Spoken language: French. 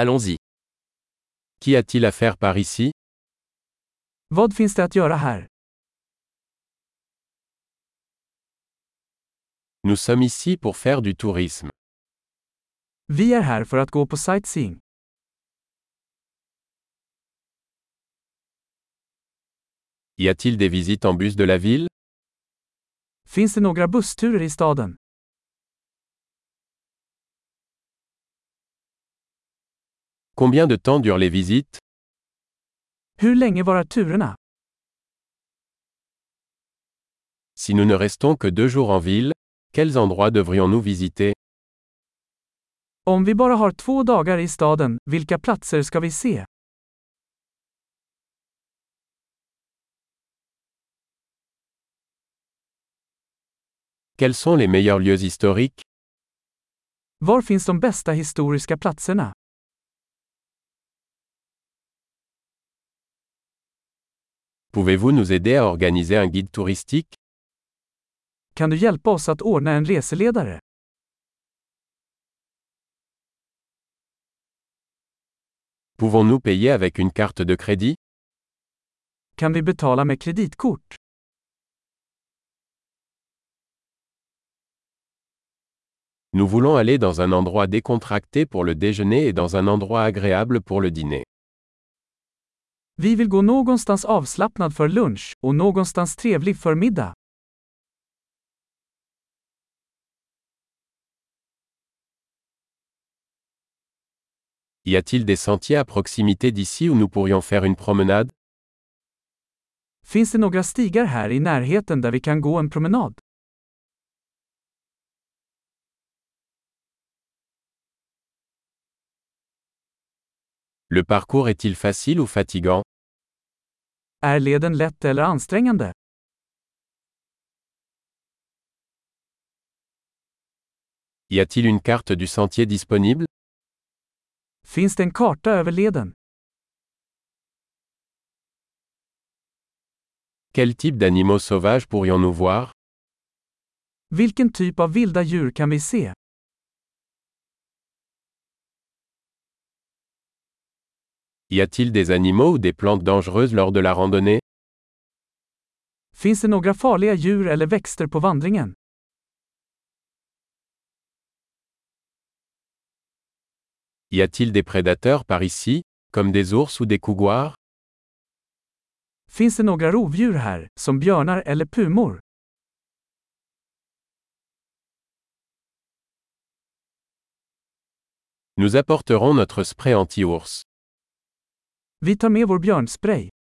Allons-y. Qu'y a-t-il à faire par ici Vad finns det att göra här? Nous sommes ici pour faire du tourisme. Vi är här för att gå på sightseeing. Y a-t-il des visites en bus de la ville Finns det några bussturer i staden? Combien de temps durent les visites Hur länge varar turerna? Si nous ne restons que deux jours en ville, quels endroits devrions-nous visiter Om vi bara har två dagar i staden, vilka platser ska vi se? Quels sont les meilleurs lieux historiques Var finns de bästa historiska platserna? Pouvez-vous nous aider à organiser un guide touristique Kan du hjälpa oss att ordna en reseledare? Pouvons-nous payer avec une carte de crédit Kan vi betala med kreditkort? Nous voulons aller dans un endroit décontracté pour le déjeuner et dans un endroit agréable pour le dîner. Vi vill gå någonstans avslappnad för lunch och någonstans trevlig för middag. Y a-t-il des sentiers à proximité d'ici où nous pourrions faire une promenade Finns det några stigar här i närheten där vi kan gå en promenad? Le parcours est-il facile ou fatigant Är leden lätt eller ansträngande? Y a-t-il une carte du sentier disponible Finns det en karta över leden? Quel type d'animaux sauvages pourrions-nous voir Vilken typ av vilda djur kan vi se? Y a-t-il des animaux ou des plantes dangereuses lors de la randonnée Finns det några farliga djur eller växter på vandringen? Y a-t-il des prédateurs par ici, comme des ours ou des couguars Finns det några rovdjur här, som björnar eller pumor? Nous apporterons notre spray anti-ours. Vi tar med vår björnspray.